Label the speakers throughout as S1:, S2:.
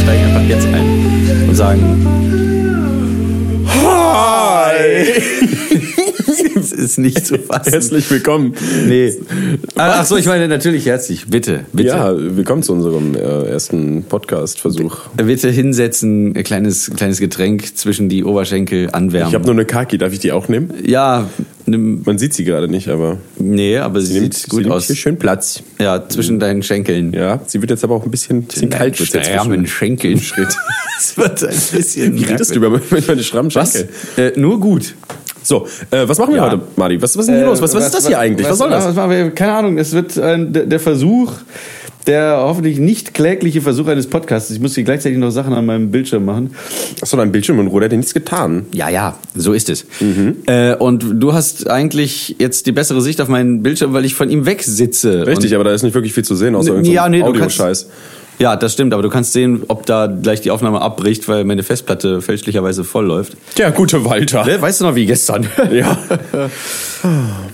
S1: Steigen einfach jetzt ein und sagen, es ist nicht zu fassen.
S2: Herzlich willkommen.
S1: Nee. Ah, Ach so, ich meine natürlich herzlich. Bitte, bitte.
S2: Ja, willkommen zu unserem äh, ersten Podcast-Versuch.
S1: Bitte hinsetzen, ein kleines, kleines Getränk zwischen die Oberschenkel anwärmen.
S2: Ich habe nur eine Kaki, darf ich die auch nehmen?
S1: ja, nimm,
S2: Man sieht sie gerade nicht, aber
S1: nee, aber sie
S2: sie nimmt,
S1: sieht gut
S2: sie nimmt
S1: aus.
S2: hier schön Platz.
S1: Ja, zwischen deinen Schenkeln.
S2: Ja, sie wird jetzt aber auch ein bisschen, bisschen
S1: Deinen
S2: kalt. wird's jetzt
S1: strammen
S2: zwischen-
S1: Schenkeln. Es wird ein bisschen.
S2: Wie redest du über meine strammen
S1: was?
S2: Schenkel?
S1: Äh, nur gut.
S2: So, äh, was machen wir
S1: Ja. Äh,
S2: heute, Madi? Was, was ist denn hier los? Was, was, ist das hier eigentlich? Was, soll das?
S1: Was machen wir? Keine Ahnung, es wird ein, der, der Versuch, der hoffentlich nicht klägliche Versuch eines Podcasts. Ich muss hier gleichzeitig noch Sachen an meinem Bildschirm machen.
S2: Achso, dein Bildschirm und Ruder hat dir nichts getan.
S1: Ja, ja, so ist es. Äh, und du hast eigentlich jetzt die bessere Sicht auf meinen Bildschirm, weil ich von ihm wegsitze.
S2: Richtig,
S1: und,
S2: aber da ist nicht wirklich viel zu sehen, außer
S1: N-
S2: irgendein
S1: ja, nee, du
S2: Audioscheiß.
S1: ja, das stimmt, aber du kannst sehen, ob da gleich die Aufnahme abbricht, weil meine Festplatte fälschlicherweise voll läuft.
S2: Ja, gute Walter.
S1: Ne, Weißt du noch wie gestern?
S2: Ja.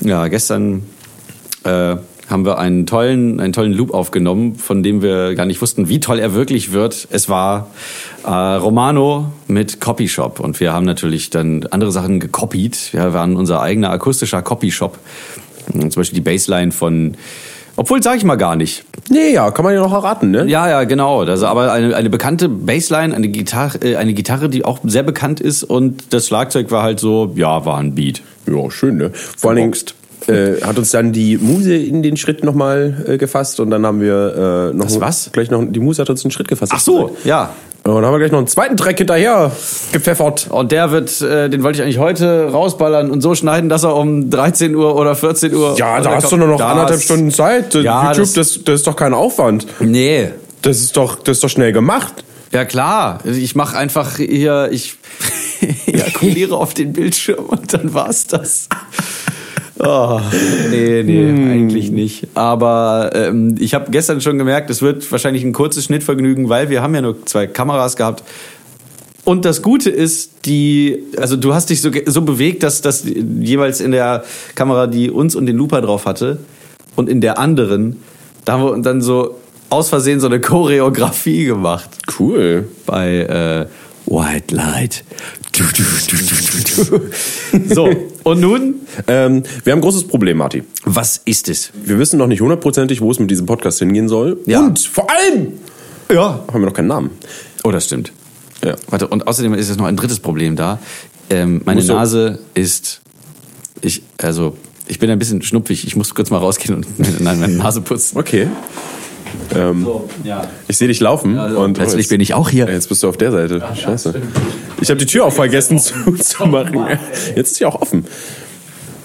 S1: Ja, gestern äh, haben wir einen tollen, einen tollen Loop aufgenommen, von dem wir gar nicht wussten, wie toll er wirklich wird. Es war äh, Romano mit Copyshop und wir haben natürlich dann andere Sachen gekopiert. Ja, wir waren unser eigener akustischer Copyshop. Zum Beispiel die Bassline von, obwohl sage ich mal gar nicht.
S2: Nee, ja, kann man ja noch erraten, ne?
S1: Ja, ja, genau. Das ist aber eine, eine bekannte Bassline, eine Gitarre, äh, eine Gitarre, die auch sehr bekannt ist und das Schlagzeug war halt so, ja, war ein Beat.
S2: Ja, schön, ne? Vor allen Dingen
S1: Geboxt.
S2: äh, hat uns dann die Muse in den Schritt nochmal äh, gefasst und dann haben wir äh, noch
S1: Das was?
S2: gleich noch die Muse hat uns einen Schritt gefasst.
S1: Ach so, ja,
S2: Und dann haben wir gleich noch einen zweiten Track hinterher gepfeffert.
S1: Und der wird, äh, den wollte ich eigentlich heute rausballern und so schneiden, dass er um 13 Uhr oder 14 Uhr.
S2: Ja, da
S1: oder
S2: hast du nur noch
S1: Also Das-
S2: anderthalb Stunden Zeit.
S1: Ja, das-
S2: YouTube, das, das, ist doch kein Aufwand.
S1: Nee.
S2: Das ist doch, das ist doch schnell gemacht.
S1: Ja klar, Also ich mache einfach hier, ich ejakuliere auf den Bildschirm und dann war's das. Oh, nee, nee, eigentlich nicht. Aber ähm, ich habe gestern schon gemerkt, es wird wahrscheinlich ein kurzes Schnittvergnügen, weil wir haben ja nur zwei Kameras gehabt. Und das Gute ist, die, also du hast dich so, ge- so bewegt, dass das jeweils in der Kamera, die uns und den Looper drauf hatte, und in der anderen, da haben wir dann so aus Versehen so eine Choreografie gemacht
S2: Cool.
S1: bei äh, White Light. Du, du, du, du, du, du. So, und nun?
S2: Ähm, wir haben ein großes Problem, Marti.
S1: Was ist es?
S2: Wir wissen noch nicht hundertprozentig, wo es mit diesem Podcast hingehen soll.
S1: Ja.
S2: Und vor allem
S1: Ja.
S2: haben wir noch keinen Namen.
S1: Oh, das stimmt.
S2: Ja.
S1: Warte, und außerdem ist jetzt noch ein drittes Problem da. Ähm, meine
S2: Musst du-
S1: Nase ist. Ich, also, ich bin ein bisschen schnupfig. Ich muss kurz mal rausgehen und nein, meine Nase putzen.
S2: Okay. Ähm,
S1: So, ja.
S2: Ich sehe dich laufen und
S1: Plötzlich
S2: oh, jetzt-
S1: bin ich auch hier.
S2: Ja, Jetzt bist du auf der Seite.
S1: Ah,
S2: Scheiße. Ich habe die Tür auch vergessen zu, zu machen. Jetzt ist sie auch offen.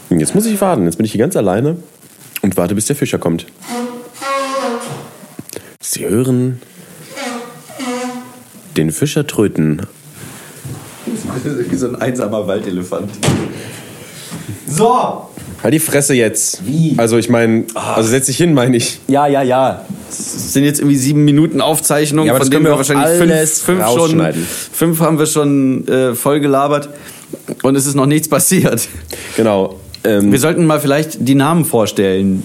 S2: Jetzt muss ich warten. Jetzt bin ich hier ganz alleine und warte, bis der Fischer kommt. Sie hören den Fischer tröten.
S1: Wie so ein einsamer Waldelefant. So!
S2: Halt die Fresse jetzt.
S1: Wie? Ah.
S2: Also ich meine, also setz dich hin, meine ich.
S1: Ja, ja, ja. Es sind jetzt irgendwie sieben Minuten Aufzeichnung,
S2: Ja, aber
S1: von
S2: das
S1: denen
S2: können
S1: wir
S2: wir doch
S1: wahrscheinlich
S2: alles
S1: fünf, fünf schon.
S2: rausschneiden.
S1: Fünf haben wir schon äh, voll gelabert und es ist noch nichts passiert.
S2: Genau. Ähm,
S1: Wir sollten mal vielleicht die Namen vorstellen,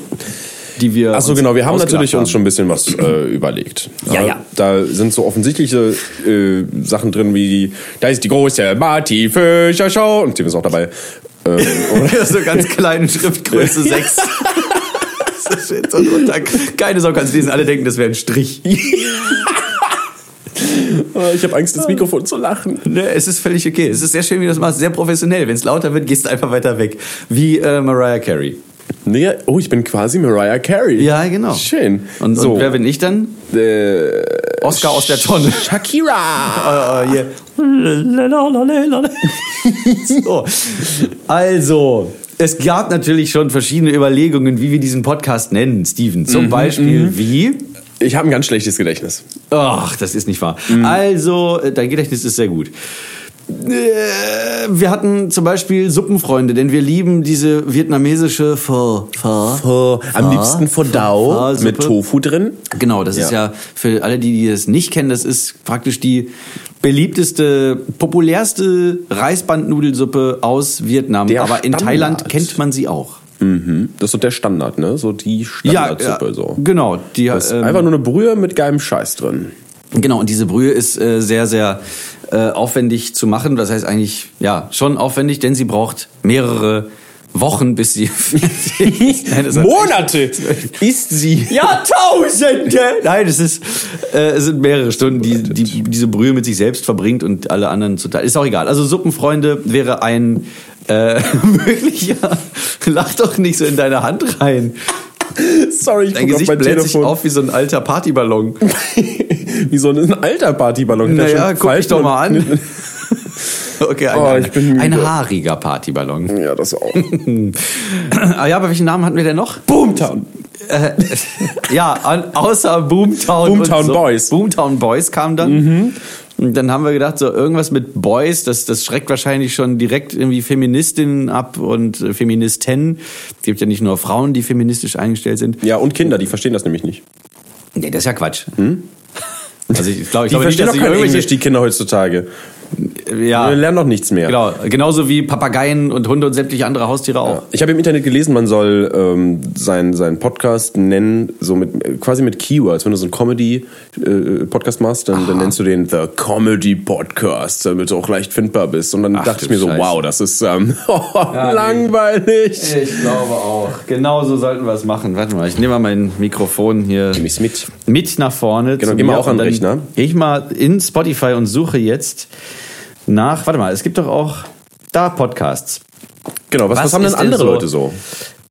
S1: die wir.
S2: Achso,
S1: uns
S2: genau. Wir haben
S1: ausgedacht
S2: natürlich uns schon ein bisschen was äh, überlegt.
S1: Ja,
S2: Äh,
S1: ja.
S2: Da sind so offensichtliche äh, Sachen drin, wie die, da ist die große Marty Fischer Show. Und Tim ist auch dabei. Ähm, und-
S1: so ganz kleine Schriftgröße 6. Das steht so drunter. Keine Sau kann es lesen. Alle denken, das wäre ein Strich.
S2: Äh, ich habe Angst, ins Mikrofon zu lachen.
S1: Ne, es ist völlig okay. Es ist sehr schön, wie du das machst. Sehr professionell. Wenn es lauter wird, gehst du einfach weiter weg. Wie äh, Mariah Carey.
S2: Nee, oh, ich bin quasi Mariah Carey.
S1: Ja, genau.
S2: Schön.
S1: Und,
S2: so,
S1: und wer bin ich dann?
S2: äh,
S1: Oscar aus der Tonne.
S2: Shakira.
S1: Äh, hier. so. Also, es gab natürlich schon verschiedene Überlegungen, wie wir diesen Podcast nennen, Steven.
S2: Mhm,
S1: Zum Beispiel wie.
S2: Ich habe ein ganz schlechtes Gedächtnis. Mhm.
S1: Ach, das ist nicht wahr. Also, äh, dein Gedächtnis ist sehr gut. Äh, wir hatten zum Beispiel Suppenfreunde, denn wir lieben diese vietnamesische Pho. Pho.
S2: Pho. Am liebsten Fondau
S1: Pho-Suppe.
S2: mit Tofu drin.
S1: Genau, das ist
S2: Ja.
S1: ja für alle, die, die das nicht kennen, das ist praktisch die beliebteste, populärste Reisbandnudelsuppe aus Vietnam.
S2: Der
S1: Aber in
S2: Standard.
S1: Thailand kennt man sie auch.
S2: Mhm. Das ist so der Standard, ne? So die Standardsuppe so.
S1: genau. Die,
S2: Das ist
S1: ähm,
S2: einfach nur eine Brühe mit geilem Scheiß drin.
S1: Genau, und diese Brühe ist äh, sehr, sehr äh, aufwendig zu machen. Das heißt eigentlich, ja, schon aufwendig, denn sie braucht mehrere Wochen, bis sie fertig ist. halt Nein, das hat-
S2: Monate ist sie.
S1: Jahrtausende! Nein, es ist, äh, es sind mehrere Stunden,
S2: Oh
S1: die, die diese Brühe mit sich selbst verbringt und alle anderen zu teilen. Ist auch egal. Also Suppenfreunde wäre ein äh, möglicher. Lach doch nicht so in deine Hand rein.
S2: Sorry, ich
S1: Dein
S2: guck auf
S1: Gesicht
S2: mein
S1: bläht sich
S2: Telefon.
S1: auf wie so ein alter Partyballon.
S2: Wie so ein alter Partyballon. Der
S1: Naja,
S2: schon
S1: guck dich
S2: Falten
S1: doch
S2: und-
S1: mal an. Okay, ein,
S2: Oh, ich bin
S1: ein
S2: müde.
S1: haariger Partyballon.
S2: Ja, das auch.
S1: ah ja, aber welchen Namen hatten wir denn noch?
S2: Boomtown.
S1: Äh, ja, an, außer Boomtown.
S2: Boomtown Boys. Mhm.
S1: Boomtown Boys kam dann. Und dann haben wir gedacht, so irgendwas mit Boys, das, das schreckt wahrscheinlich schon direkt irgendwie Feministinnen ab und äh, Feministinnen. Es gibt ja nicht nur Frauen, die feministisch eingestellt sind.
S2: Ja, und Kinder, die verstehen das nämlich nicht.
S1: Nee, das ist ja Quatsch. Also ich glaube, ich
S2: Hm?
S1: glaube
S2: Die
S1: nicht, dass
S2: verstehen doch
S1: sie
S2: kein Englisch,
S1: irgendwelche...
S2: die Kinder heutzutage.
S1: Ja,
S2: Wir lernen doch nichts mehr.
S1: genau. Genauso wie Papageien und Hunde und sämtliche andere Haustiere auch.
S2: Ich habe im Internet gelesen, man soll ähm, seinen seinen Podcast nennen, so mit quasi mit Keywords. Wenn du so einen Comedy-Podcast machst, dann, dann nennst du den The Comedy Podcast, damit du auch leicht findbar bist. Und dann
S1: Ach,
S2: dachte ich
S1: du
S2: mir so,
S1: Scheiße.
S2: wow, das ist ähm,
S1: nee. Äh,
S2: langweilig.
S1: Ich glaube auch. Genau so sollten wir es machen. Warte mal, ich nehme mal mein Mikrofon hier
S2: Nehme ich's mit.
S1: mit nach vorne.
S2: Genau,
S1: zu
S2: geh mal
S1: mir
S2: auch an
S1: und
S2: den
S1: dann
S2: Rechner.
S1: Gehe ich mal in Spotify und suche jetzt nach. Warte mal, es gibt doch auch da Podcasts.
S2: Genau, was, was,
S1: Was
S2: haben denn
S1: ist denn
S2: andere
S1: so-
S2: Leute so?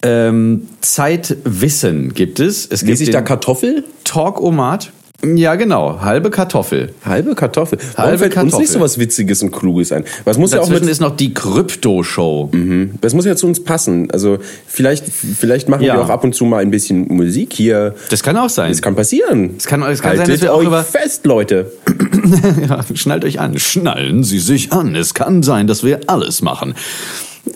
S1: Ähm, Zeitwissen gibt es. Es gibt
S2: Lese ich da
S1: den
S2: Kartoffel?
S1: Talkomat. Ja, genau. Halbe Kartoffel.
S2: Halbe Kartoffel. Warum
S1: Halbe
S2: fällt uns
S1: Kartoffel.
S2: nicht so was Witziges und Kluges ein? Was muss ja auch mit Mhm.
S1: Dazwischen ist noch die Krypto-Show.
S2: Das muss ja zu uns passen. Also vielleicht, vielleicht machen
S1: Ja.
S2: wir auch ab und zu mal ein bisschen Musik hier.
S1: Das kann auch sein.
S2: Das kann passieren.
S1: Es kann- es kann
S2: Haltet
S1: sein, dass wir auch
S2: euch
S1: über-
S2: fest, Leute.
S1: ja, schnallt euch an. Schnallen Sie sich an. Es kann sein, dass wir alles machen.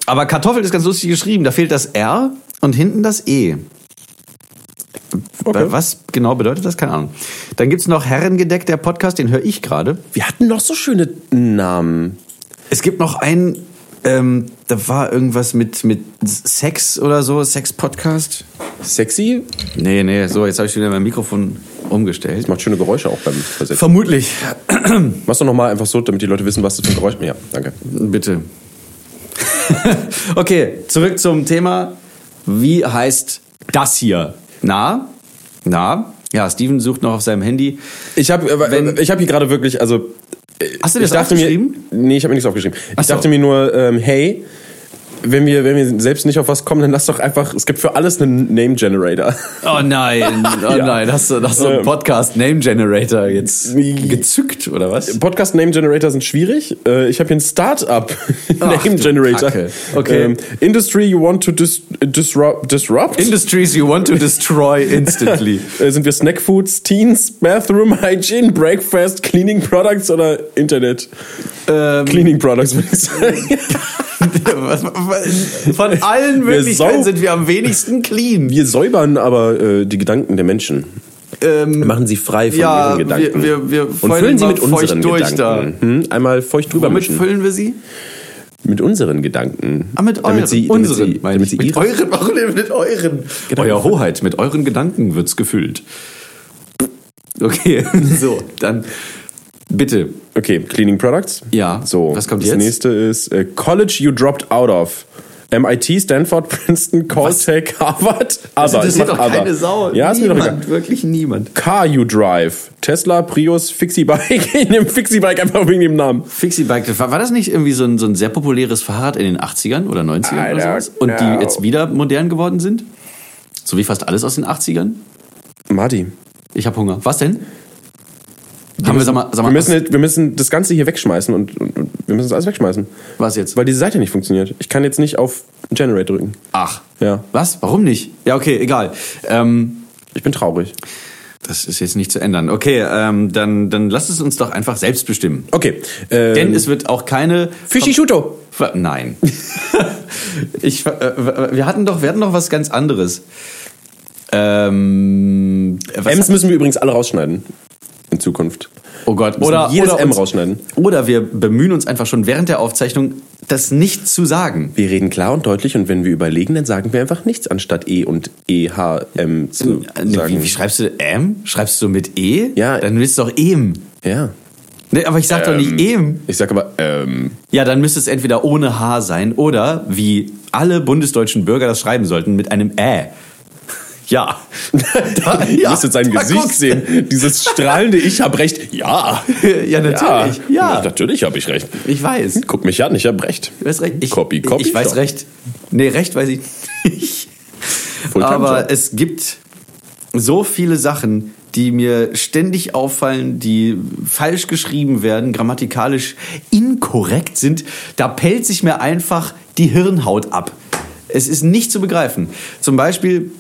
S1: Aber Kartoffel ist ganz lustig geschrieben. Da fehlt das R und hinten das E.
S2: Okay.
S1: Was genau bedeutet das? Keine Ahnung. Dann gibt's noch Herrengedeck, der Podcast, den höre ich gerade.
S2: Wir hatten noch so schöne Namen.
S1: Es gibt noch einen, ähm, da war irgendwas mit, mit Sex oder so, Sex-Podcast.
S2: Sexy.
S1: Nee, nee, so, jetzt habe ich wieder mein Mikrofon umgestellt.
S2: Macht schöne Geräusche auch beim Versetzen.
S1: Vermutlich.
S2: Machst du nochmal einfach so, damit die Leute wissen, was das für ein Geräusch ist. Ja, danke.
S1: Bitte. okay, zurück zum Thema. Wie heißt das hier? Na? Na? Ja, Steven sucht noch auf seinem Handy.
S2: Ich habe
S1: Wenn-
S2: ich hab hier gerade wirklich, also... äh,
S1: Hast du dir
S2: ich
S1: das
S2: dachte mir,
S1: aufgeschrieben?
S2: Nee, ich habe mir nichts aufgeschrieben.
S1: Ach
S2: Ich
S1: so.
S2: dachte mir nur, ähm, hey, wenn wir, wenn wir selbst nicht auf was kommen, dann lass doch einfach... Es gibt für alles einen Name-Generator.
S1: Oh nein, oh
S2: Ja.
S1: nein, hast du, hast du einen
S2: Ähm.
S1: Podcast Name Generator jetzt gezückt oder was?
S2: Podcast Name Generator sind schwierig. Äh, ich habe hier ein Start-up
S1: Ach,
S2: Name
S1: du
S2: Generator. Ähm,
S1: Kacke. Okay.
S2: Industry you want to dis disrupt? disrupt?
S1: Industries you want to destroy instantly.
S2: Äh, sind wir Snack Foods, Teens, Bathroom Hygiene, Breakfast, Cleaning Products oder Internet?
S1: ähm,
S2: Cleaning Products würde ich sagen.
S1: was- was- von allen
S2: Wir
S1: Möglichkeiten
S2: sau-
S1: sind wir am wenigsten clean.
S2: Wir säubern aber äh, die Gedanken der Menschen. Wir
S1: Ähm,
S2: machen sie frei von
S1: Ja,
S2: ihren Gedanken.
S1: wir- wir- wir
S2: Und
S1: feuern
S2: füllen
S1: die
S2: sie
S1: mal
S2: mit unseren
S1: feucht durch
S2: Gedanken.
S1: da.
S2: Hm? Einmal feucht drüber
S1: womit
S2: mischen.
S1: füllen wir sie?
S2: Mit unseren Gedanken.
S1: Ah, mit euren.
S2: Damit sie,
S1: unseren,
S2: damit sie, damit sie
S1: mit
S2: ihre Genau.
S1: euren, warum denn mit euren? Euer Hoheit, mit euren Gedanken wird's gefüllt. Okay, so, dann bitte.
S2: Okay, Cleaning Products.
S1: Ja,
S2: So,
S1: was kommt
S2: das
S1: jetzt?
S2: nächste ist äh, College You Dropped Out of. MIT, Stanford, Princeton, Caltech, Harvard.
S1: Also, das
S2: ich
S1: ist
S2: mach
S1: doch keine
S2: Other.
S1: Sau.
S2: Ja, ist mir doch egal.
S1: niemand, wirklich niemand.
S2: Car You Drive. Tesla, Prius, Fixie Bike. In dem Fixie Bike einfach wegen dem Namen.
S1: Fixie Bike, war war das nicht irgendwie so ein, so ein sehr populäres Fahrrad in den 80ern oder 90ern
S2: I
S1: oder
S2: don't
S1: sowas? Und
S2: know.
S1: die jetzt wieder modern geworden sind? So wie fast alles aus den 80ern?
S2: Marty.
S1: Ich habe Hunger. Was denn? Haben wir, sag mal, sag mal
S2: Wir müssen, jetzt- wir müssen das Ganze hier wegschmeißen und, und, und wir müssen das alles wegschmeißen.
S1: was jetzt?
S2: Weil diese Seite nicht funktioniert. Ich kann jetzt nicht auf Generate drücken.
S1: Ach.
S2: Ja.
S1: Was? Warum nicht? Ja, okay, egal. Ähm,
S2: Ich bin traurig.
S1: Das ist jetzt nicht zu ändern. Okay, ähm, dann, dann lass es uns doch einfach selbst bestimmen.
S2: Okay. Ähm,
S1: Denn es wird auch keine.
S2: Fischi-Schuto.
S1: Ver- Nein. ich, äh, wir hatten doch, wir hatten doch was ganz anderes. Ähm, was-
S2: Ms müssen wir übrigens alle rausschneiden. In Zukunft.
S1: oh Gott,
S2: müssen
S1: oder,
S2: jedes
S1: oder
S2: M
S1: uns-
S2: rausschneiden.
S1: Oder wir bemühen uns einfach schon während der Aufzeichnung, das nicht zu sagen.
S2: Wir reden klar und deutlich und wenn wir überlegen, dann sagen wir einfach nichts, anstatt E und E, H, M
S1: Ne,
S2: zu sagen.
S1: Wie, wie schreibst du M? Schreibst du mit E?
S2: Ja.
S1: Dann willst du doch EM.
S2: ja.
S1: Ne, aber ich sag doch nicht EM.
S2: Ich sag aber, ähm,
S1: Ja, dann müsste es entweder ohne H sein oder, wie alle bundesdeutschen Bürger das schreiben sollten, mit einem Ä. Ja. Da-
S2: ihr müsstet sein
S1: da
S2: Gesicht
S1: guckst du.
S2: sehen. Dieses strahlende Ich hab recht. Ja.
S1: Ja, natürlich. Ja.
S2: Natürlich habe ich recht.
S1: Ich weiß.
S2: Guck mich an, ich hab recht.
S1: Ich weiß recht. Ich,
S2: Copy, copy,
S1: ich weiß
S2: shop.
S1: recht. Nee, recht weiß ich nicht.
S2: Fulltime
S1: Aber
S2: Job.
S1: es gibt so viele Sachen, die mir ständig auffallen, die falsch geschrieben werden, grammatikalisch inkorrekt sind. Da pellt sich mir einfach die Hirnhaut ab. Es ist nicht zu begreifen. Zum Beispiel.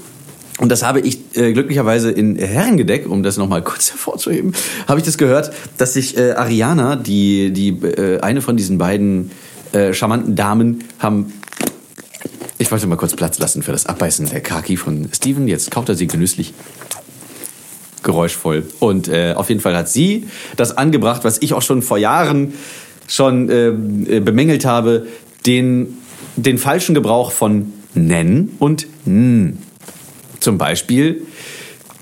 S1: Und das habe ich äh, glücklicherweise in Herrengedeck, um das nochmal kurz hervorzuheben, habe ich das gehört, dass sich äh, Ariana, die, die äh, eine von diesen beiden äh, charmanten Damen, haben ich wollte mal kurz Platz lassen für das Abbeißen der Kaki von Steven. Jetzt kauft er sie genüsslich. Geräuschvoll. Und äh, auf jeden Fall hat sie das angebracht, was ich auch schon vor Jahren schon äh, äh, bemängelt habe, den, den falschen Gebrauch von nennen und n. Zum Beispiel,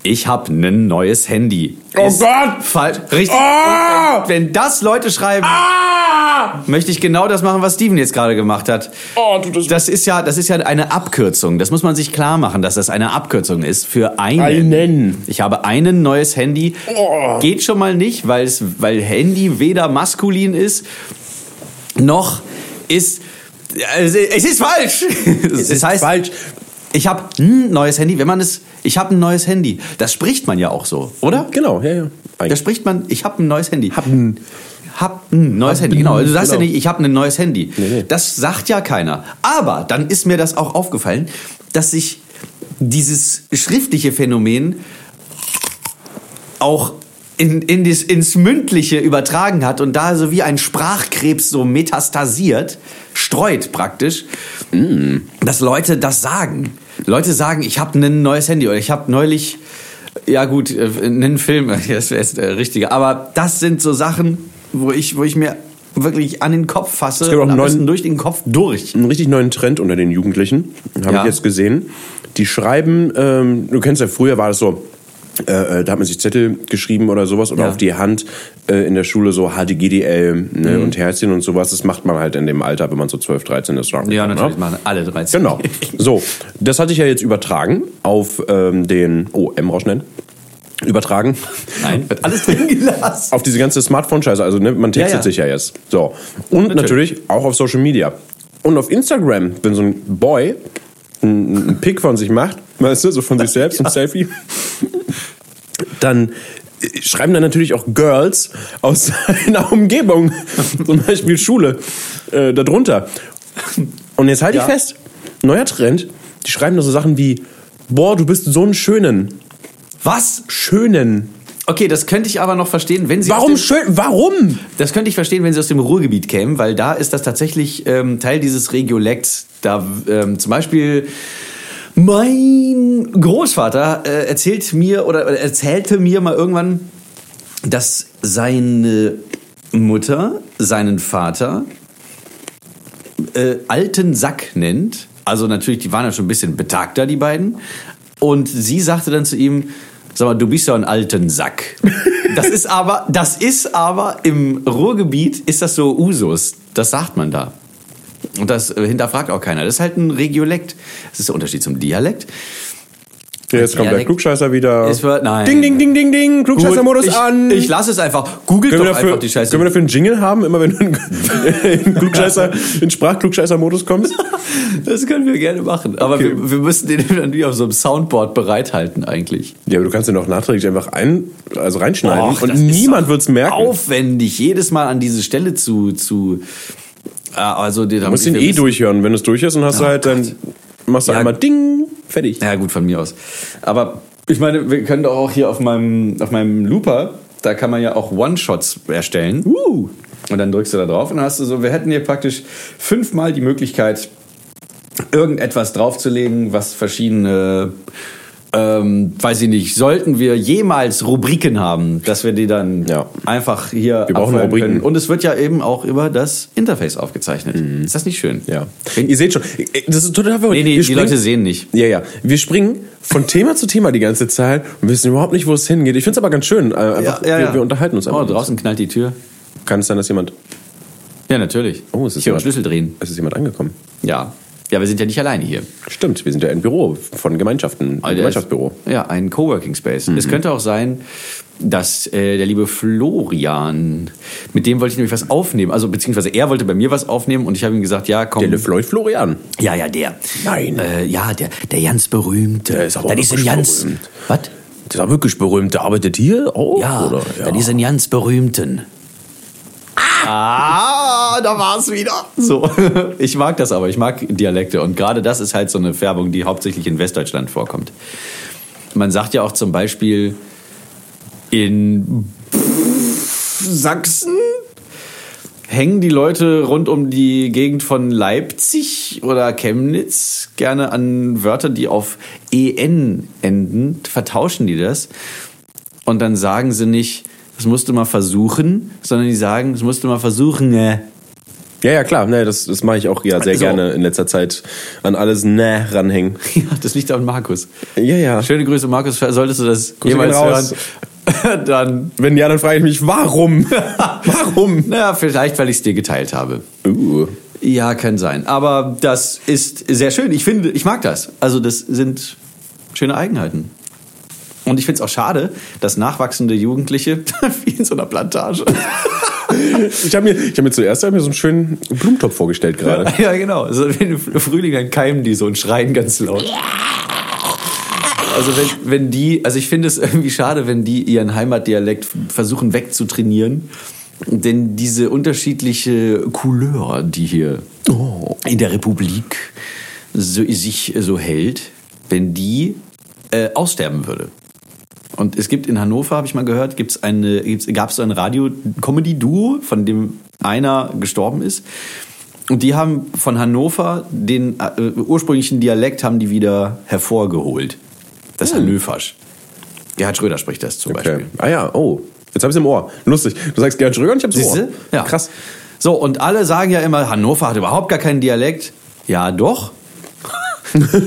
S1: ich habe ein neues Handy.
S2: Oh
S1: Ist
S2: Gott!
S1: Falsch. Richtig.
S2: Ah!
S1: Und äh, Wenn, wenn das Leute schreiben,
S2: Ah!
S1: möchte ich genau das machen, was Steven jetzt gerade gemacht hat.
S2: Oh, du, das-
S1: Das ist ja, das ist ja eine Abkürzung. Das muss man sich klar machen, dass das eine Abkürzung ist für einen.
S2: Einen.
S1: Ich habe einen neues Handy.
S2: Oh.
S1: Geht schon mal nicht, weil es, weil Handy weder maskulin ist noch ist. Es es ist falsch. Es,
S2: ist falsch.
S1: Ich habe ein neues Handy. Wenn man es, ich habe ein neues Handy. Das spricht man ja auch so, oder?
S2: Genau, ja, ja.
S1: Da
S2: Eigentlich.
S1: spricht man, ich habe ein neues Handy. Hab ein, hab ein neues Handy, genau. Du sagst
S2: genau.
S1: ja nicht, ich habe ein neues Handy.
S2: nee.
S1: Das sagt ja keiner. Aber dann ist mir das auch aufgefallen, dass sich dieses schriftliche Phänomen auch in, in dis, ins Mündliche übertragen hat und da so wie ein Sprachkrebs so metastasiert, streut praktisch, dass Leute das sagen. Leute sagen, ich habe ein neues Handy oder ich habe neulich, ja gut, äh, einen Film, das wäre jetzt der richtige, aber das sind so Sachen, wo ich, wo ich mir wirklich an den Kopf fasse
S2: gibt
S1: und
S2: auch
S1: am
S2: einen neuen-
S1: besten durch den Kopf durch.
S2: einen richtig neuen Trend unter den Jugendlichen, habe
S1: Ja.
S2: ich jetzt gesehen. Die schreiben, ähm, du kennst ja, früher war das so, äh, äh, da hat man sich Zettel geschrieben oder sowas oder
S1: Ja.
S2: auf die Hand äh, in der Schule so HDGDL ne,
S1: Mhm.
S2: und Herzchen und sowas. Das macht man halt in dem Alter, wenn man so 12, 13 ist.
S1: Ja,
S2: ne?
S1: natürlich machen alle 13.
S2: Genau. So, das hatte ich ja jetzt übertragen auf ähm, den, oh, M-Rauschnell. Übertragen
S1: Nein, wird alles drin gelassen.
S2: auf diese ganze Smartphone-Scheiße. Also ne, man textet
S1: Ja, ja.
S2: sich ja jetzt. So. Und natürlich.
S1: Natürlich.
S2: auch auf Social Media. Und auf Instagram, wenn so ein Boy einen einen Pick von sich macht, weißt du, so von sich selbst, ein Selfie, dann äh, schreiben dann natürlich auch Girls aus seiner Umgebung, zum Beispiel Schule, äh, darunter. Und jetzt halte
S1: Ja.
S2: ich fest, neuer Trend, die schreiben da so Sachen wie, boah, du bist so ein Schönen.
S1: Was?
S2: Schönen.
S1: Okay, das könnte ich aber noch verstehen, wenn sie aus
S2: Warum
S1: dem-
S2: schön? Warum?
S1: Das könnte ich verstehen, wenn sie aus dem Ruhrgebiet kämen, weil da ist das tatsächlich ähm, Teil dieses Regiolekts. Da ähm, zum Beispiel mein Großvater äh, erzählt mir oder oder erzählte mir mal irgendwann, dass seine Mutter seinen Vater äh, alten Sack nennt. Also natürlich, die waren ja schon ein bisschen betagter, die beiden. Und sie sagte dann zu ihm, sag mal, du bist ja ein alten Sack. Das ist aber, das ist aber im Ruhrgebiet, ist das so Usus. Das sagt man da. Und das äh, hinterfragt auch keiner. Das ist halt ein Regiolekt. Das ist der Unterschied zum Dialekt.
S2: Ja, ne- jetzt kommt der
S1: Dialekt-
S2: Klugscheißer wieder.
S1: Es wird- nein.
S2: Ding, ding, ding, ding, ding. Klugscheißer-Modus
S1: ich,
S2: an.
S1: Ich lasse es einfach. Googelt
S2: können
S1: doch
S2: wir, dafür,
S1: einfach die Scheiße.
S2: können wir dafür einen Jingle haben, immer wenn du in, in, Klugscheißer, in Sprachklugscheißer-Modus kommst?
S1: das können wir gerne machen. Aber
S2: Okay.
S1: wir, wir müssen den dann wie auf so einem Soundboard bereithalten eigentlich.
S2: Ja, aber du kannst den doch nachträglich einfach ein, also reinschneiden
S1: Och, das
S2: und
S1: ist
S2: niemand
S1: doch
S2: wird's merken.
S1: Aufwendig, jedes Mal an diese Stelle zu. zu äh, also, die,
S2: Du musst den eh durchhören. Wenn du es durch hast, dann hast du
S1: Oh
S2: halt dann machst du
S1: Ja.
S2: einmal Ding, fertig.
S1: Ja, gut, von mir aus. Aber Ich meine, wir können doch auch hier auf meinem, auf meinem Looper, da kann man ja auch One-Shots erstellen.
S2: Uh.
S1: Und dann drückst du da drauf und dann hast du so, wir hätten hier praktisch fünfmal die Möglichkeit, irgendetwas draufzulegen, was verschiedene, ähm, weiß ich nicht, sollten wir jemals Rubriken haben, dass wir die dann
S2: Ja.
S1: einfach hier
S2: Wir brauchen
S1: abfeuern
S2: Rubriken.
S1: können. Und es wird ja eben auch über das Interface aufgezeichnet. Ist das nicht schön?
S2: Mhm. Ja. Ihr seht schon, das ist total verrückt.
S1: Nee, nee,
S2: Wir
S1: die
S2: springen-
S1: Leute sehen nicht.
S2: Ja, ja. Wir springen von Thema zu Thema die ganze Zeit und wissen überhaupt nicht, wo es hingeht. Ich finde es aber ganz schön. äh, Einfach, wir, wir unterhalten uns
S1: Oh,
S2: einfach.
S1: draußen knallt die Tür.
S2: Kann es sein, dass jemand.
S1: Ja, natürlich.
S2: Oh, es ist
S1: ich höre
S2: jemand-
S1: Schlüssel drehen.
S2: Es ist jemand angekommen.
S1: Ja. Ja, wir sind ja nicht alleine hier. Also,
S2: Stimmt, wir sind ja ein Büro von Gemeinschaften.
S1: Ah,
S2: Ein Gemeinschaftsbüro. Mhm.
S1: Ja, ein Coworking Space. Es könnte auch sein, dass äh, der liebe Florian, mit dem wollte ich nämlich was aufnehmen, also beziehungsweise er wollte bei mir was aufnehmen und ich habe ihm gesagt, ja, komm.
S2: Der Le Floyd Florian.
S1: ja, ja, der.
S2: Nein.
S1: Äh, ja, der, der ganz berühmte.
S2: Der ist aber
S1: das ist ein
S2: wirklich
S1: ganz.
S2: berühmt.
S1: Was?
S2: Der war wirklich berühmt. Der arbeitet hier auch?
S1: Ja,
S2: oder?
S1: das ist ein ganz berühmten. Ah, da war es wieder. So, ich mag das aber, ich mag Dialekte und gerade das ist halt so eine Färbung, die hauptsächlich in Westdeutschland vorkommt. Man sagt ja auch zum Beispiel in Sachsen hängen die Leute rund um die Gegend von Leipzig oder Chemnitz gerne an Wörter, die auf en enden, vertauschen die das und dann sagen sie nicht, das musst du mal versuchen, sondern die sagen, das musst du mal versuchen. äh.
S2: Ja, ja, klar. Nee, das das mache ich auch ja, sehr
S1: So.
S2: gerne in letzter Zeit. An alles ne ranhängen.
S1: Ja, das liegt an Markus.
S2: Ja, ja.
S1: Schöne Grüße, Markus. Solltest du das
S2: Grüße
S1: jemals
S2: gehen raus.
S1: hören, dann.
S2: Wenn ja, dann frage ich mich, warum? warum?
S1: Naja, vielleicht, weil ich es dir geteilt habe.
S2: Uh.
S1: Ja, kann sein. Aber das ist sehr schön. Ich finde, ich mag das. Also, das sind schöne Eigenheiten. Und ich finde es auch schade, dass nachwachsende Jugendliche wie in so einer Plantage.
S2: Ich habe mir, ich hab mir zuerst hab mir so einen schönen Blumentopf vorgestellt gerade.
S1: Ja, genau. Also wenn im Frühling dann keimen die so und schreien ganz laut. Also wenn, wenn die, also ich finde es irgendwie schade, wenn die ihren Heimatdialekt versuchen wegzutrainieren. Denn diese unterschiedliche Couleur, die hier in der Republik so, sich so hält, wenn die äh, aussterben würde. Und es gibt in Hannover, habe ich mal gehört, gibt's eine, gibt's, gab es so ein Radio-Comedy-Duo, von dem einer gestorben ist. Und die haben von Hannover den äh, ursprünglichen Dialekt haben die wieder hervorgeholt. Das Hannöverisch. Gerhard Schröder spricht das zum
S2: Hm. Okay.
S1: Beispiel.
S2: Ah ja, oh. Jetzt habe ich im Ohr. Lustig. Du sagst Gerhard Schröder und ich hab's im Ohr.
S1: Siehste? Ja.
S2: Krass.
S1: So, und alle sagen ja immer, Hannover hat überhaupt gar keinen Dialekt. Ja, doch.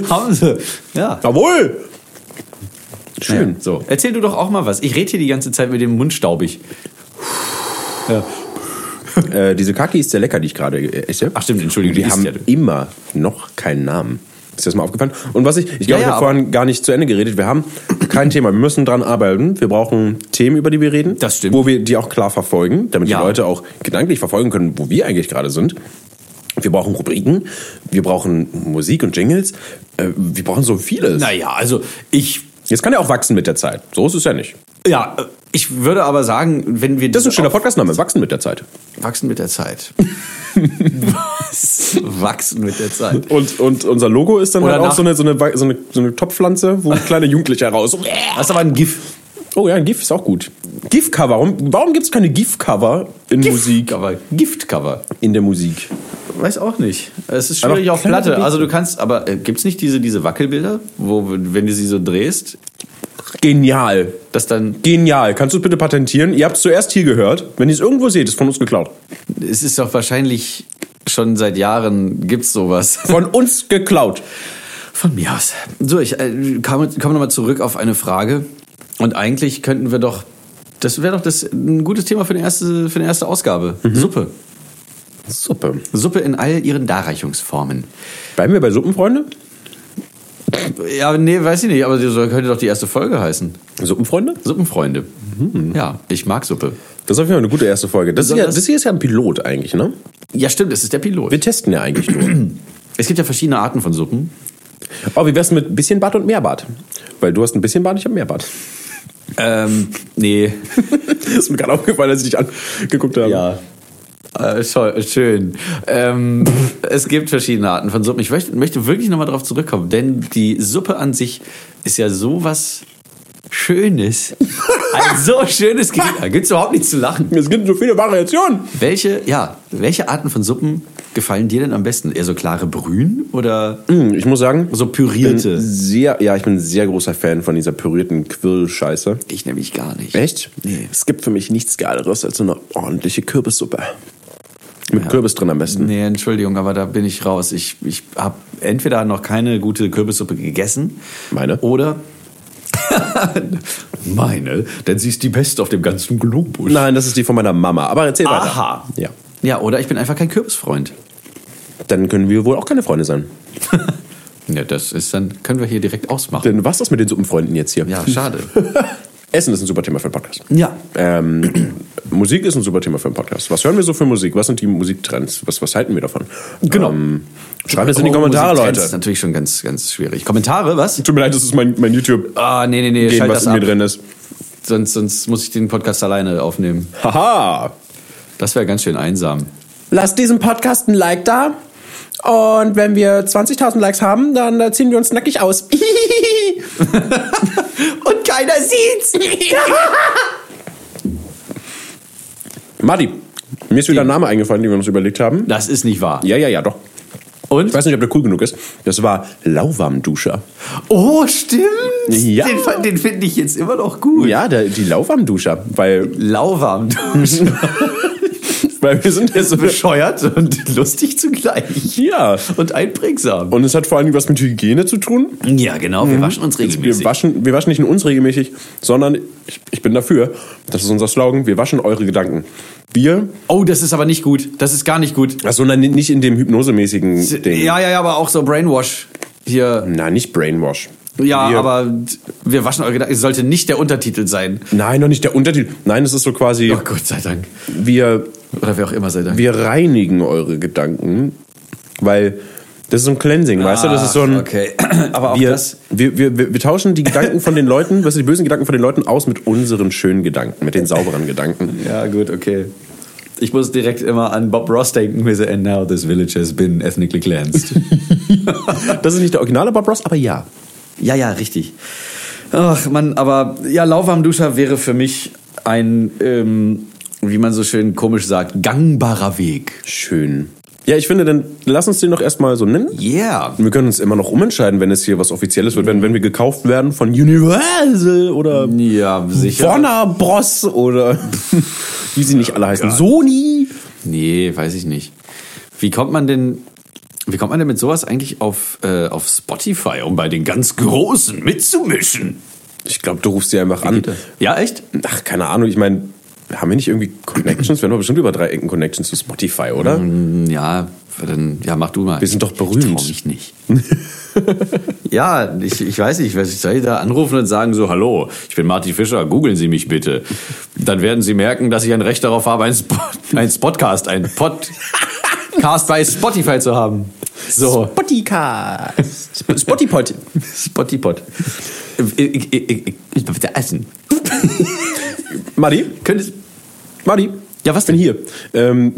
S1: haben sie. Ja.
S2: Jawohl!
S1: Ja,
S2: Schön.
S1: so, erzähl du doch auch mal was. Ich rede hier die ganze Zeit mit dem Mund staubig. Ja.
S2: Äh, diese Kaki ist sehr lecker, die ich gerade äh, esse.
S1: Ach stimmt, Entschuldigung,
S2: Die,
S1: die
S2: haben
S1: isst ja du.
S2: immer noch keinen Namen. Ist dir das mal aufgefallen? Und was ich, ich glaube,
S1: ja,
S2: ich habe
S1: aber-
S2: vorhin gar nicht zu Ende geredet. Wir haben kein Thema. Wir müssen dran arbeiten. Wir brauchen Themen, über die wir reden.
S1: Das stimmt.
S2: Wo wir die auch klar verfolgen, damit
S1: Ja.
S2: die Leute auch gedanklich verfolgen können, wo wir eigentlich gerade sind. Wir brauchen Rubriken. Wir brauchen Musik und Jingles. Äh, wir brauchen so vieles.
S1: Naja, also ich,
S2: Jetzt kann ja auch wachsen mit der Zeit. So ist es ja nicht.
S1: ja, äh, ich würde aber sagen, wenn wir
S2: Das ist ein
S1: diese
S2: schöner Podcastname. Wachsen mit der Zeit.
S1: auf- wachsen mit der Zeit. was? Wachsen mit der Zeit.
S2: Und, und unser Logo ist dann
S1: Oder
S2: halt auch
S1: nach-
S2: so eine, so, eine, Wa- so, eine, so eine Topfpflanze, wo kleine Jugendliche heraus.
S1: Das ist aber ein GIF.
S2: Oh ja, ein GIF ist auch gut. GIF-Cover. Warum, warum gibt es keine GIF-Cover in Musik?
S1: Giftcover. Giftcover.
S2: In der Musik.
S1: Weiß auch nicht. Es ist
S2: Aber
S1: schwierig auf
S2: kleine
S1: Platte.
S2: Bilder.
S1: Also du kannst, aber äh, gibt's nicht diese, diese Wackelbilder, wo, wenn du sie so drehst,
S2: Genial.
S1: dass dann,
S2: Genial. Kannst du es bitte patentieren? Ihr habt es zuerst hier gehört. Wenn ihr es irgendwo seht, ist von uns geklaut.
S1: es ist doch wahrscheinlich schon seit Jahren gibt's sowas.
S2: Von uns geklaut.
S1: Von mir aus. So, ich äh, komme komm nochmal zurück auf eine Frage. Und eigentlich könnten wir doch. Das wäre doch das, ein gutes Thema für eine erste, für eine erste Ausgabe. Suppe.
S2: Suppe.
S1: Suppe in all ihren Darreichungsformen.
S2: Bleiben wir bei Suppenfreunde?
S1: Ja, nee, weiß ich nicht, aber so könnte doch die erste Folge heißen.
S2: Suppenfreunde?
S1: Suppenfreunde. Ja, ich mag Suppe.
S2: Das ist auf jeden Fall eine gute erste Folge. Das, ist ja,
S1: Besonders-
S2: das hier ist ja ein Pilot eigentlich, ne?
S1: Ja, stimmt, es ist der Pilot.
S2: Wir testen ja eigentlich nur.
S1: Es gibt ja verschiedene Arten von Suppen.
S2: Oh, wie wär's mit bisschen Bart und mehr Bart? Weil du hast ein bisschen Bart, ich habe mehr Bart.
S1: Ähm, nee.
S2: ist mir gerade aufgefallen, als ich dich angeguckt habe.
S1: Ja. Äh, scho- schön. Ähm, es gibt verschiedene Arten von Suppen. Ich möchte, möchte wirklich nochmal darauf zurückkommen, denn die Suppe an sich ist ja sowas schönes, ein so schönes Gericht. Da gibt's überhaupt nichts zu lachen.
S2: Es gibt so viele Variationen.
S1: Welche, ja, welche Arten von Suppen gefallen dir denn am besten? Eher so klare Brühen oder
S2: Hm, Ich muss sagen,
S1: so
S2: ich bin
S1: pürierte?
S2: sehr, ja, ich bin ein sehr großer Fan von dieser pürierten Quirl-Scheiße.
S1: Ich nämlich gar nicht.
S2: Echt?
S1: Nee.
S2: Es gibt für mich nichts Geileres als so eine ordentliche Kürbissuppe. Mit Kürbis drin am besten.
S1: Nee, Entschuldigung, aber da bin ich raus. Ich, ich habe entweder noch keine gute Kürbissuppe gegessen.
S2: Meine?
S1: Oder. Meine? Denn sie ist die beste auf dem ganzen Globus.
S2: Nein, das ist die von meiner Mama. Aber erzähl weiter.
S1: Aha.
S2: Ja.
S1: Ja, oder ich bin einfach kein Kürbisfreund.
S2: Dann können wir wohl auch keine Freunde sein.
S1: Ja, das ist, dann können wir hier direkt ausmachen.
S2: Denn was ist das mit den Suppenfreunden jetzt hier?
S1: Ja, schade.
S2: Essen ist ein super Thema für einen Podcast.
S1: Ja.
S2: Ähm, Musik ist ein super Thema für einen Podcast. Was hören wir so für Musik? Was sind die Musiktrends? Was, was halten wir davon?
S1: Genau.
S2: Ähm, schreibt es in die
S1: Oh,
S2: Kommentare,
S1: Musiktrends ist
S2: Leute.
S1: natürlich schon ganz, ganz schwierig. Kommentare, was?
S2: Tut mir leid, das ist mein, mein YouTube-Gen,
S1: Ah, nee, nee, nee, schalt
S2: was
S1: das
S2: in mir
S1: ab.
S2: drin ist.
S1: Sonst, sonst muss ich den Podcast alleine aufnehmen.
S2: Haha!
S1: Das wäre ganz schön einsam.
S2: Lasst diesem Podcast ein Like da. Und wenn wir 20.000 Likes haben, dann äh, ziehen wir uns nackig aus. Und keiner sieht's. Madi, mir ist wieder ein Name eingefallen, den wir uns überlegt haben.
S1: Das ist nicht wahr.
S2: Ja, ja, ja, doch.
S1: Und?
S2: Ich weiß nicht, ob der cool genug ist. Das war Lauwarmduscher.
S1: Oh, stimmt.
S2: Ja.
S1: Den, fa- den finde ich jetzt immer noch gut.
S2: Ja, der, die Lauwarmduscher. Weil,
S1: Lauwarm duschen.
S2: weil wir sind jetzt
S1: ist
S2: so.
S1: bescheuert und lustig zugleich.
S2: Ja.
S1: Und einprägsam.
S2: Und es hat vor allem was mit Hygiene zu tun.
S1: Ja, genau. Wir waschen uns
S2: Wir waschen, wir waschen nicht nur uns regelmäßig, sondern ich, ich bin dafür, das ist unser Slogan, wir waschen eure Gedanken. Wir,
S1: Oh, das ist aber nicht gut. Das ist gar nicht gut.
S2: also nein, nicht in dem hypnosemäßigen Ding.
S1: Ja, ja, ja, aber auch so Brainwash hier.
S2: Nein, nicht Brainwash.
S1: Ja,
S2: wir,
S1: aber wir waschen eure Gedanken. Es sollte nicht der Untertitel sein.
S2: Nein, noch nicht der Untertitel. Nein, es ist so quasi,
S1: Oh Gott sei Dank.
S2: wir,
S1: Oder wer auch immer sei Dank.
S2: wir reinigen eure Gedanken, weil das ist so ein Cleansing, weißt du? Das ist so ein.
S1: Ach, Ah, Okay. Aber auch
S2: Wir,
S1: das.
S2: wir, wir, wir, wir tauschen die Gedanken von den Leuten, weißt du, die bösen Gedanken von den Leuten aus mit unseren schönen Gedanken, mit den sauberen Gedanken.
S1: Ja, gut, okay. Ich muss direkt immer an Bob Ross denken, with and now this village has been ethnically cleansed.
S2: Das ist nicht der originale Bob Ross, aber ja.
S1: ja, ja, richtig. Ach, Mann, aber ja, Lauwarmduscher wäre für mich ein, ähm, wie man so schön komisch sagt, gangbarer Weg.
S2: Schön. Ja, ich finde, dann lass uns den doch erstmal so nennen.
S1: Yeah.
S2: Wir können uns immer noch umentscheiden, wenn es hier was Offizielles wird, wenn, wenn wir gekauft werden von Universal oder
S1: Ja, sicher.
S2: Warner Bros. oder wie sie nicht alle heißen. Sony.
S1: Nee, weiß ich nicht. Wie kommt man denn, wie kommt man denn mit sowas eigentlich auf, äh, auf Spotify, um bei den ganz Großen mitzumischen?
S2: Ich glaube, du rufst sie einfach an.
S1: Ja, echt?
S2: Ach, keine Ahnung. Ich meine, haben wir nicht irgendwie Connections? Wir haben doch bestimmt über drei Ecken Connections zu Spotify, oder?
S1: Ja, dann, ja, mach du mal.
S2: Wir sind doch
S1: Ich trau
S2: berühmt.
S1: mich nicht. ja, ich, ich weiß nicht, was ich soll ich da anrufen und sagen so, hallo, ich bin Martin Fischer, googeln Sie mich bitte. Dann werden Sie merken, dass ich ein Recht darauf habe, ein, Spo ein Podcast, ein Podcast bei Spotify zu haben. So,
S2: Spoticast. Spotipod.
S1: Spotipod. Ich, ich, ich, ich, äh, ich bitte essen.
S2: Madi,
S1: Könntest,
S2: Madi.
S1: Ja, was
S2: Ich bin hier. Ähm,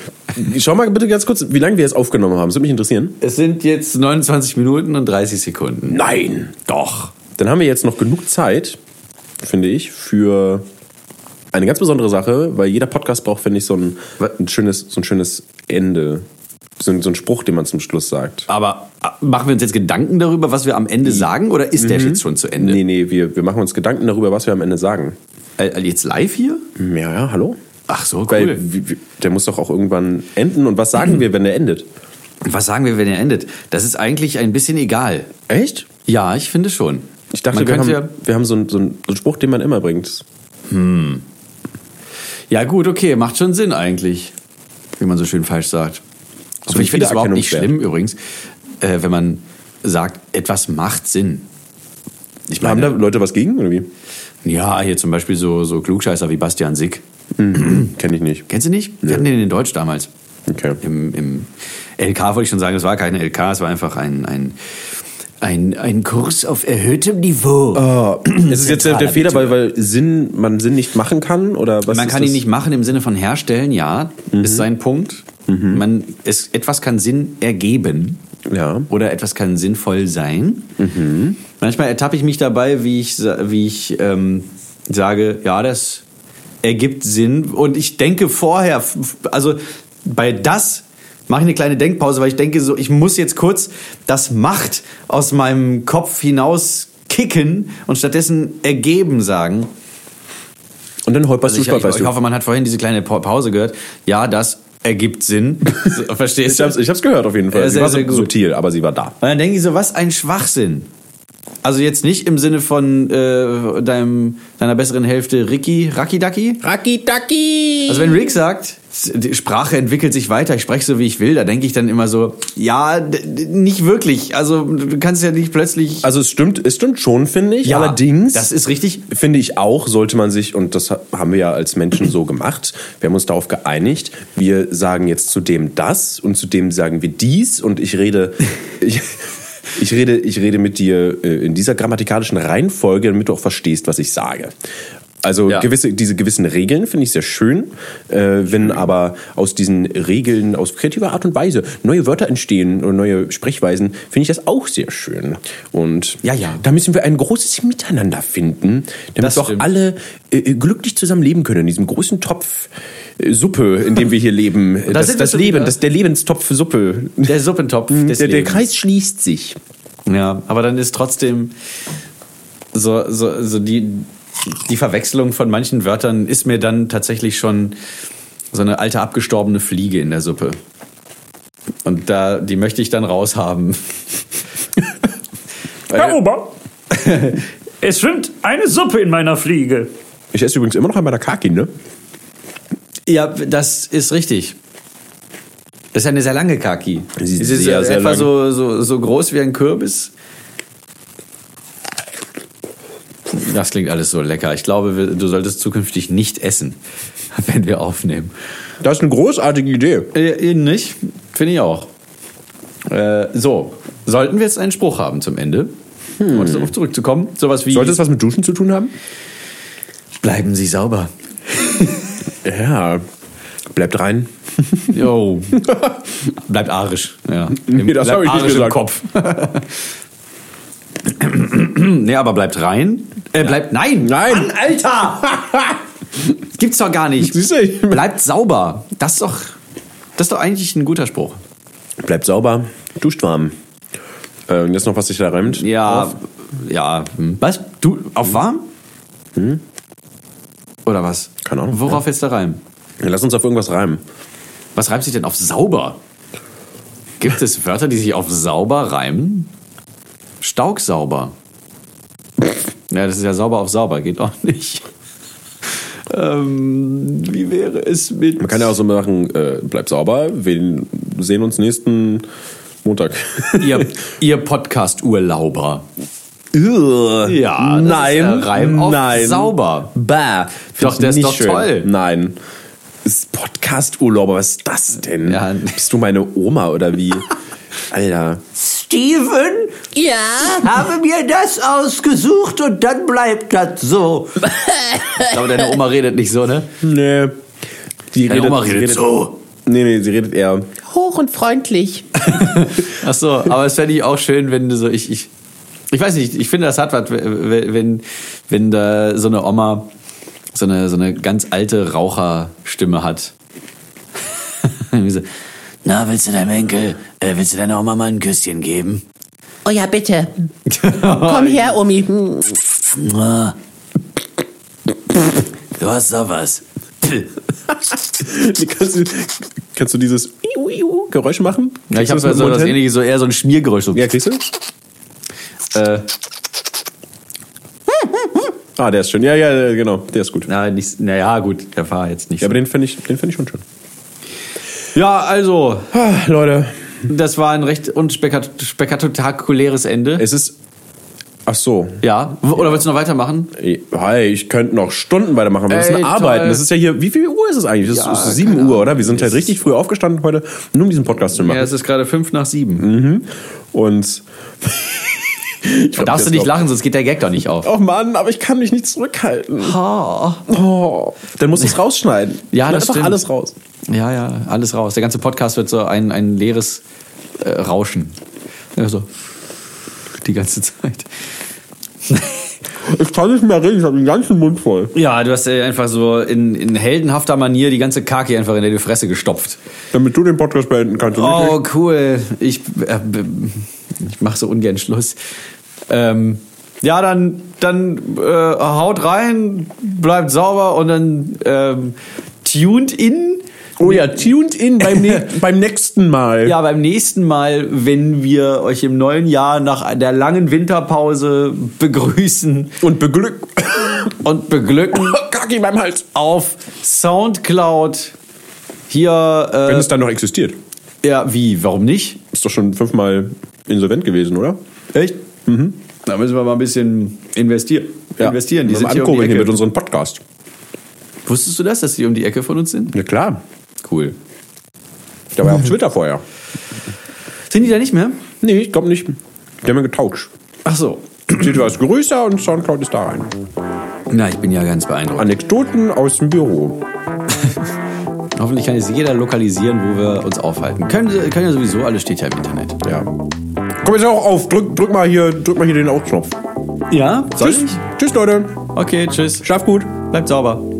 S2: schau mal bitte ganz kurz, wie lange wir jetzt aufgenommen haben. Das würde mich interessieren.
S1: es sind jetzt 29 Minuten und 30 Sekunden.
S2: Nein.
S1: Doch.
S2: Dann haben wir jetzt noch genug Zeit, finde ich, für eine ganz besondere Sache, weil jeder Podcast braucht, finde ich, so ein, ein, schönes, so ein schönes Ende. So ein, so ein Spruch, den man zum Schluss sagt.
S1: Aber äh, machen wir uns jetzt Gedanken darüber, was wir am Ende sagen, oder ist der Shit schon zu Ende?
S2: Nee, nee, wir, wir machen uns Gedanken darüber, was wir am Ende sagen.
S1: Äh, jetzt live hier?
S2: Ja, ja, hallo?
S1: Ach so, cool.
S2: Weil wie- wie- der muss doch auch irgendwann enden. Und was sagen wir, wenn er endet?
S1: was sagen wir, wenn er endet? Das ist eigentlich ein bisschen egal.
S2: Echt?
S1: Ja, ich finde schon.
S2: Ich dachte,
S1: man
S2: wir haben,
S1: könnte
S2: wir haben so, einen, so einen so einen Spruch, den man immer bringt.
S1: ja. Ja, gut, okay, macht schon Sinn eigentlich. Wie man so schön falsch sagt. Aber ich finde es überhaupt nicht
S2: Wiedererkennungswert.
S1: schlimm übrigens, äh, wenn man sagt, etwas macht Sinn. Ich
S2: Haben da
S1: meine,
S2: Leute was gegen oder wie?
S1: ja, hier zum Beispiel so, so Klugscheißer wie Bastian Sick. Mhm.
S2: Kenne ich nicht.
S1: Kennst du nicht? Wir hatten den in Deutsch damals.
S2: Okay.
S1: im, im LK wollte ich schon sagen, es war keine LK, es war einfach ein, ein, ein, ein Kurs auf erhöhtem Niveau.
S2: Es ist jetzt der, der Fehler, weil, weil Sinn, man Sinn nicht machen kann oder was
S1: Man
S2: ist
S1: kann
S2: das? Mhm.
S1: ihn nicht machen im Sinne von herstellen, ja, ist sein Punkt. Man, es, etwas kann Sinn ergeben.
S2: Ja. Mhm.
S1: Oder etwas kann sinnvoll sein. Manchmal ertappe ich mich dabei, wie ich, sa- wie ich ähm, sage, ja, das ergibt Sinn. Und ich denke vorher, f- f- also bei das mache ich eine kleine Denkpause, weil ich denke so, ich muss jetzt kurz das Macht aus meinem Kopf hinaus kicken und stattdessen ergeben sagen.
S2: Und dann holperst
S1: Also ich,
S2: du es bald,
S1: ich,
S2: weißt
S1: ich
S2: du.
S1: hoffe, man hat vorhin diese kleine Pa- Pause gehört. Ja, das ergibt Sinn. So, Verstehst
S2: Ich
S1: du?
S2: hab's, ich hab's gehört auf jeden Fall.
S1: Ja,
S2: sie
S1: sehr,
S2: war
S1: sehr
S2: so
S1: gut.
S2: subtil, aber sie war da.
S1: Und dann denke ich so, was ein Schwachsinn. Also jetzt nicht im Sinne von äh, deinem, deiner besseren Hälfte Ricky, Raki Daki.
S2: Raki Taki!
S1: Also wenn Rick sagt, die Sprache entwickelt sich weiter, ich spreche so wie ich will, da denke ich dann immer so, ja, d- d- nicht wirklich. Also du kannst ja nicht plötzlich.
S2: Also es stimmt, es stimmt schon, finde ich.
S1: ja,
S2: Allerdings
S1: Das ist richtig.
S2: finde ich auch, sollte man sich, und das ha- haben wir ja als Menschen so gemacht, wir haben uns darauf geeinigt, wir sagen jetzt zu dem das und zu dem sagen wir dies und ich rede, ich, ich rede, ich rede mit dir äh, in dieser grammatikalischen Reihenfolge, damit du auch verstehst, was ich sage. Also
S1: Ja.
S2: gewisse, diese gewissen Regeln finde ich sehr schön, äh, wenn aber aus diesen Regeln aus kreativer Art und Weise neue Wörter entstehen oder neue Sprechweisen, finde ich das auch sehr schön. Und
S1: Ja, ja.
S2: da müssen wir ein großes Miteinander finden, damit
S1: Das
S2: wir auch
S1: stimmt.
S2: alle äh, glücklich zusammen leben können in diesem großen Topf äh, Suppe, in dem wir hier leben.
S1: da
S2: das
S1: sind wir
S2: das
S1: schon
S2: Leben,
S1: wieder.
S2: das, der Lebenstopf Suppe.
S1: Der Suppentopf. des
S2: Mhm, Der, der
S1: Lebens.
S2: Kreis schließt sich.
S1: Ja, aber dann ist trotzdem so, so, so die, die Verwechslung von manchen Wörtern ist mir dann tatsächlich schon so eine alte abgestorbene Fliege in der Suppe. Und da, die möchte ich dann raushaben.
S3: Herr Ober, es schwimmt eine Suppe in meiner Fliege.
S2: Ich esse übrigens immer noch an meiner Kaki, ne?
S1: Ja, das ist richtig. Das ist eine sehr lange Kaki.
S2: Sie ist
S1: es ist
S2: sehr, sehr
S1: etwa
S2: lang.
S1: so, so, so groß wie ein Kürbis. Das klingt alles so lecker. Ich glaube, wir- du solltest zukünftig nicht essen, wenn wir aufnehmen.
S2: Das ist eine großartige Idee.
S1: Äh, äh, nicht? Finde ich auch. Äh, so, sollten wir jetzt einen Spruch haben zum Ende? Um darauf zurückzukommen. Sowas wie.
S2: Sollte es was mit Duschen zu tun haben?
S1: bleiben Sie sauber.
S2: Ja. Bleibt rein.
S1: Jo. Bleibt arisch. Ja.
S2: Nee, das
S1: Bleibt
S2: hab ich nicht
S1: arisch im
S2: gesagt.
S1: Kopf. nee, aber bleibt rein. Äh, bleibt. Nein!
S2: Nein.
S1: Mann, Alter! Gibt's doch gar nicht.
S2: Siehst du, ich-
S1: Bleibt sauber. Das ist doch. Das ist doch eigentlich ein guter Spruch.
S2: Bleibt sauber, duscht warm. Äh, und jetzt noch, was sich da reimt.
S1: Ja.
S2: Auf.
S1: Ja. hm. Was? Du auf warm? Oder was?
S2: Hm? Keine Ahnung,
S1: Worauf jetzt der Reim?
S2: Lass uns auf irgendwas reimen.
S1: Was reimt sich denn auf sauber? Gibt es Wörter, die sich auf sauber reimen? Staugsauber. Ja, das ist ja sauber auf sauber, geht auch nicht. Ähm, wie wäre es mit.
S2: Man kann ja auch so machen, äh, bleibt sauber, wir sehen uns nächsten Montag.
S1: ihr ihr Podcast-Urlauber. Ja, das ist
S2: nein,
S1: der Reim auf
S2: nein.
S1: sauber.
S2: Bah, find
S1: Doch,
S2: ich
S1: der ist
S2: nicht
S1: doch
S2: schön.
S1: toll.
S2: Nein. Ist Podcast-Urlauber, was ist das denn?
S1: Ja.
S2: Bist du meine Oma oder wie? Alter.
S4: Steven? Ja? Habe mir das ausgesucht und dann bleibt das so.
S1: Ich glaube, deine Oma redet nicht so, ne?
S2: Nee. Die
S1: Deine Oma redet so.
S2: Nee, nee, sie redet eher.
S4: Hoch und freundlich.
S1: Ach so, aber es fände ich auch schön, wenn du so ich ich ich weiß nicht, ich finde das hat was, wenn wenn- wenn da so eine Oma so eine so eine ganz alte Raucherstimme hat. Irgendwie so, Na, willst du deinem Enkel, äh, willst du deiner Oma mal ein Küsschen geben?
S4: Oh ja, bitte. Komm her, Omi.
S1: Mua. Du hast sowas.
S2: Wie kannst, du, kannst du dieses Iu, Iu Geräusch machen?
S1: Ja, ich
S2: Kriegst
S1: habe
S2: du das
S1: so
S2: mit dem Mund
S1: das
S2: hin?
S1: ähnliche, so eher so ein Schmiergeräusch. So.
S2: Ja, kriegst du?
S1: Äh,
S2: Ah, der ist schön. Ja, ja, ja, genau. Der ist gut. Ja,
S1: na, nicht, na ja, gut, der war jetzt nicht.
S2: aber den fände ich, den fänd ich schon schön.
S1: so. ja also,
S2: Ah, Leute.
S1: das war ein recht unspektakuläres Ende.
S2: Es ist. Ach so.
S1: Ja, W- oder willst du noch weitermachen?
S2: Hi, ich könnte noch Stunden weitermachen. Wir
S1: Ey,
S2: müssen arbeiten.
S1: toll.
S2: Es ist ja hier. Wie viel Uhr ist es eigentlich? Es
S1: Ja,
S2: ist 7
S1: keine
S2: Uhr, oder? Wir sind
S1: Ahnung.
S2: halt richtig früh aufgestanden heute, nur um diesen Podcast zu machen.
S1: ist gerade fünf nach sieben.
S2: Und. Mhm. ich
S1: Da
S2: hab
S1: darfst du
S2: jetzt
S1: nicht
S2: noch-
S1: lachen, sonst geht der Gag doch nicht auf.
S2: Oh Mann, aber ich kann mich nicht zurückhalten. Oh. Dann musst du es rausschneiden.
S1: Ja, das
S2: Einfach
S1: stimmt.
S2: alles raus.
S1: Ja, ja, alles raus. Der ganze Podcast wird so ein, ein leeres äh, Rauschen. Also, die ganze Zeit.
S2: Ich kann nicht mehr reden, ich habe den ganzen Mund voll.
S1: Ja, du hast äh, einfach so in, in heldenhafter Manier die ganze Kaki einfach in deine Fresse gestopft.
S2: Damit du den Podcast beenden kannst. also und
S1: Oh, cool. Ich, äh, b- ich mache so ungern Schluss. Ähm, ja, dann, dann äh, haut rein, bleibt sauber und dann ähm, tuned in.
S2: ich nicht. oh ja, tuned in beim, ne beim nächsten Mal.
S1: Ja, beim nächsten Mal, wenn wir euch im neuen Jahr nach der langen Winterpause begrüßen
S2: Und beglück.
S1: und beglücken
S2: Kaki beim Hals.
S1: auf Soundcloud. Hier,
S2: Wenn
S1: äh,
S2: es dann noch existiert.
S1: ja, wie, warum nicht?
S2: Ist doch schon fünfmal insolvent gewesen, oder?
S1: Echt? Mhm. Da müssen wir mal ein bisschen investieren. investieren. Die
S2: Mal
S1: sind hier um
S2: ankurbeln
S1: die
S2: hier
S1: Ecke.
S2: mit unserem Podcast.
S1: Wusstest du das, dass die um die Ecke von uns sind?
S2: Ja klar.
S1: Cool.
S2: Da war ja auf Twitter vorher.
S1: Sind die da nicht mehr?
S2: Nee, ich glaube nicht. Die haben ja getauscht.
S1: Ach so.
S2: Twitter ist größer und Soundcloud ist da rein.
S1: Na, ich bin ja ganz beeindruckt.
S2: Anekdoten aus dem Büro.
S1: Hoffentlich kann jetzt jeder lokalisieren, wo wir uns aufhalten. Können, Sie- können ja sowieso, alles steht ja im Internet.
S2: Ja. Komm jetzt auch auf. Drück, drück mal hier, drück mal hier den Ausknopf.
S1: Ja? Soll
S2: Tschüss.
S1: ich?
S2: Tschüss, Leute.
S1: Okay, tschüss.
S2: Schlaf gut.
S1: Bleibt sauber.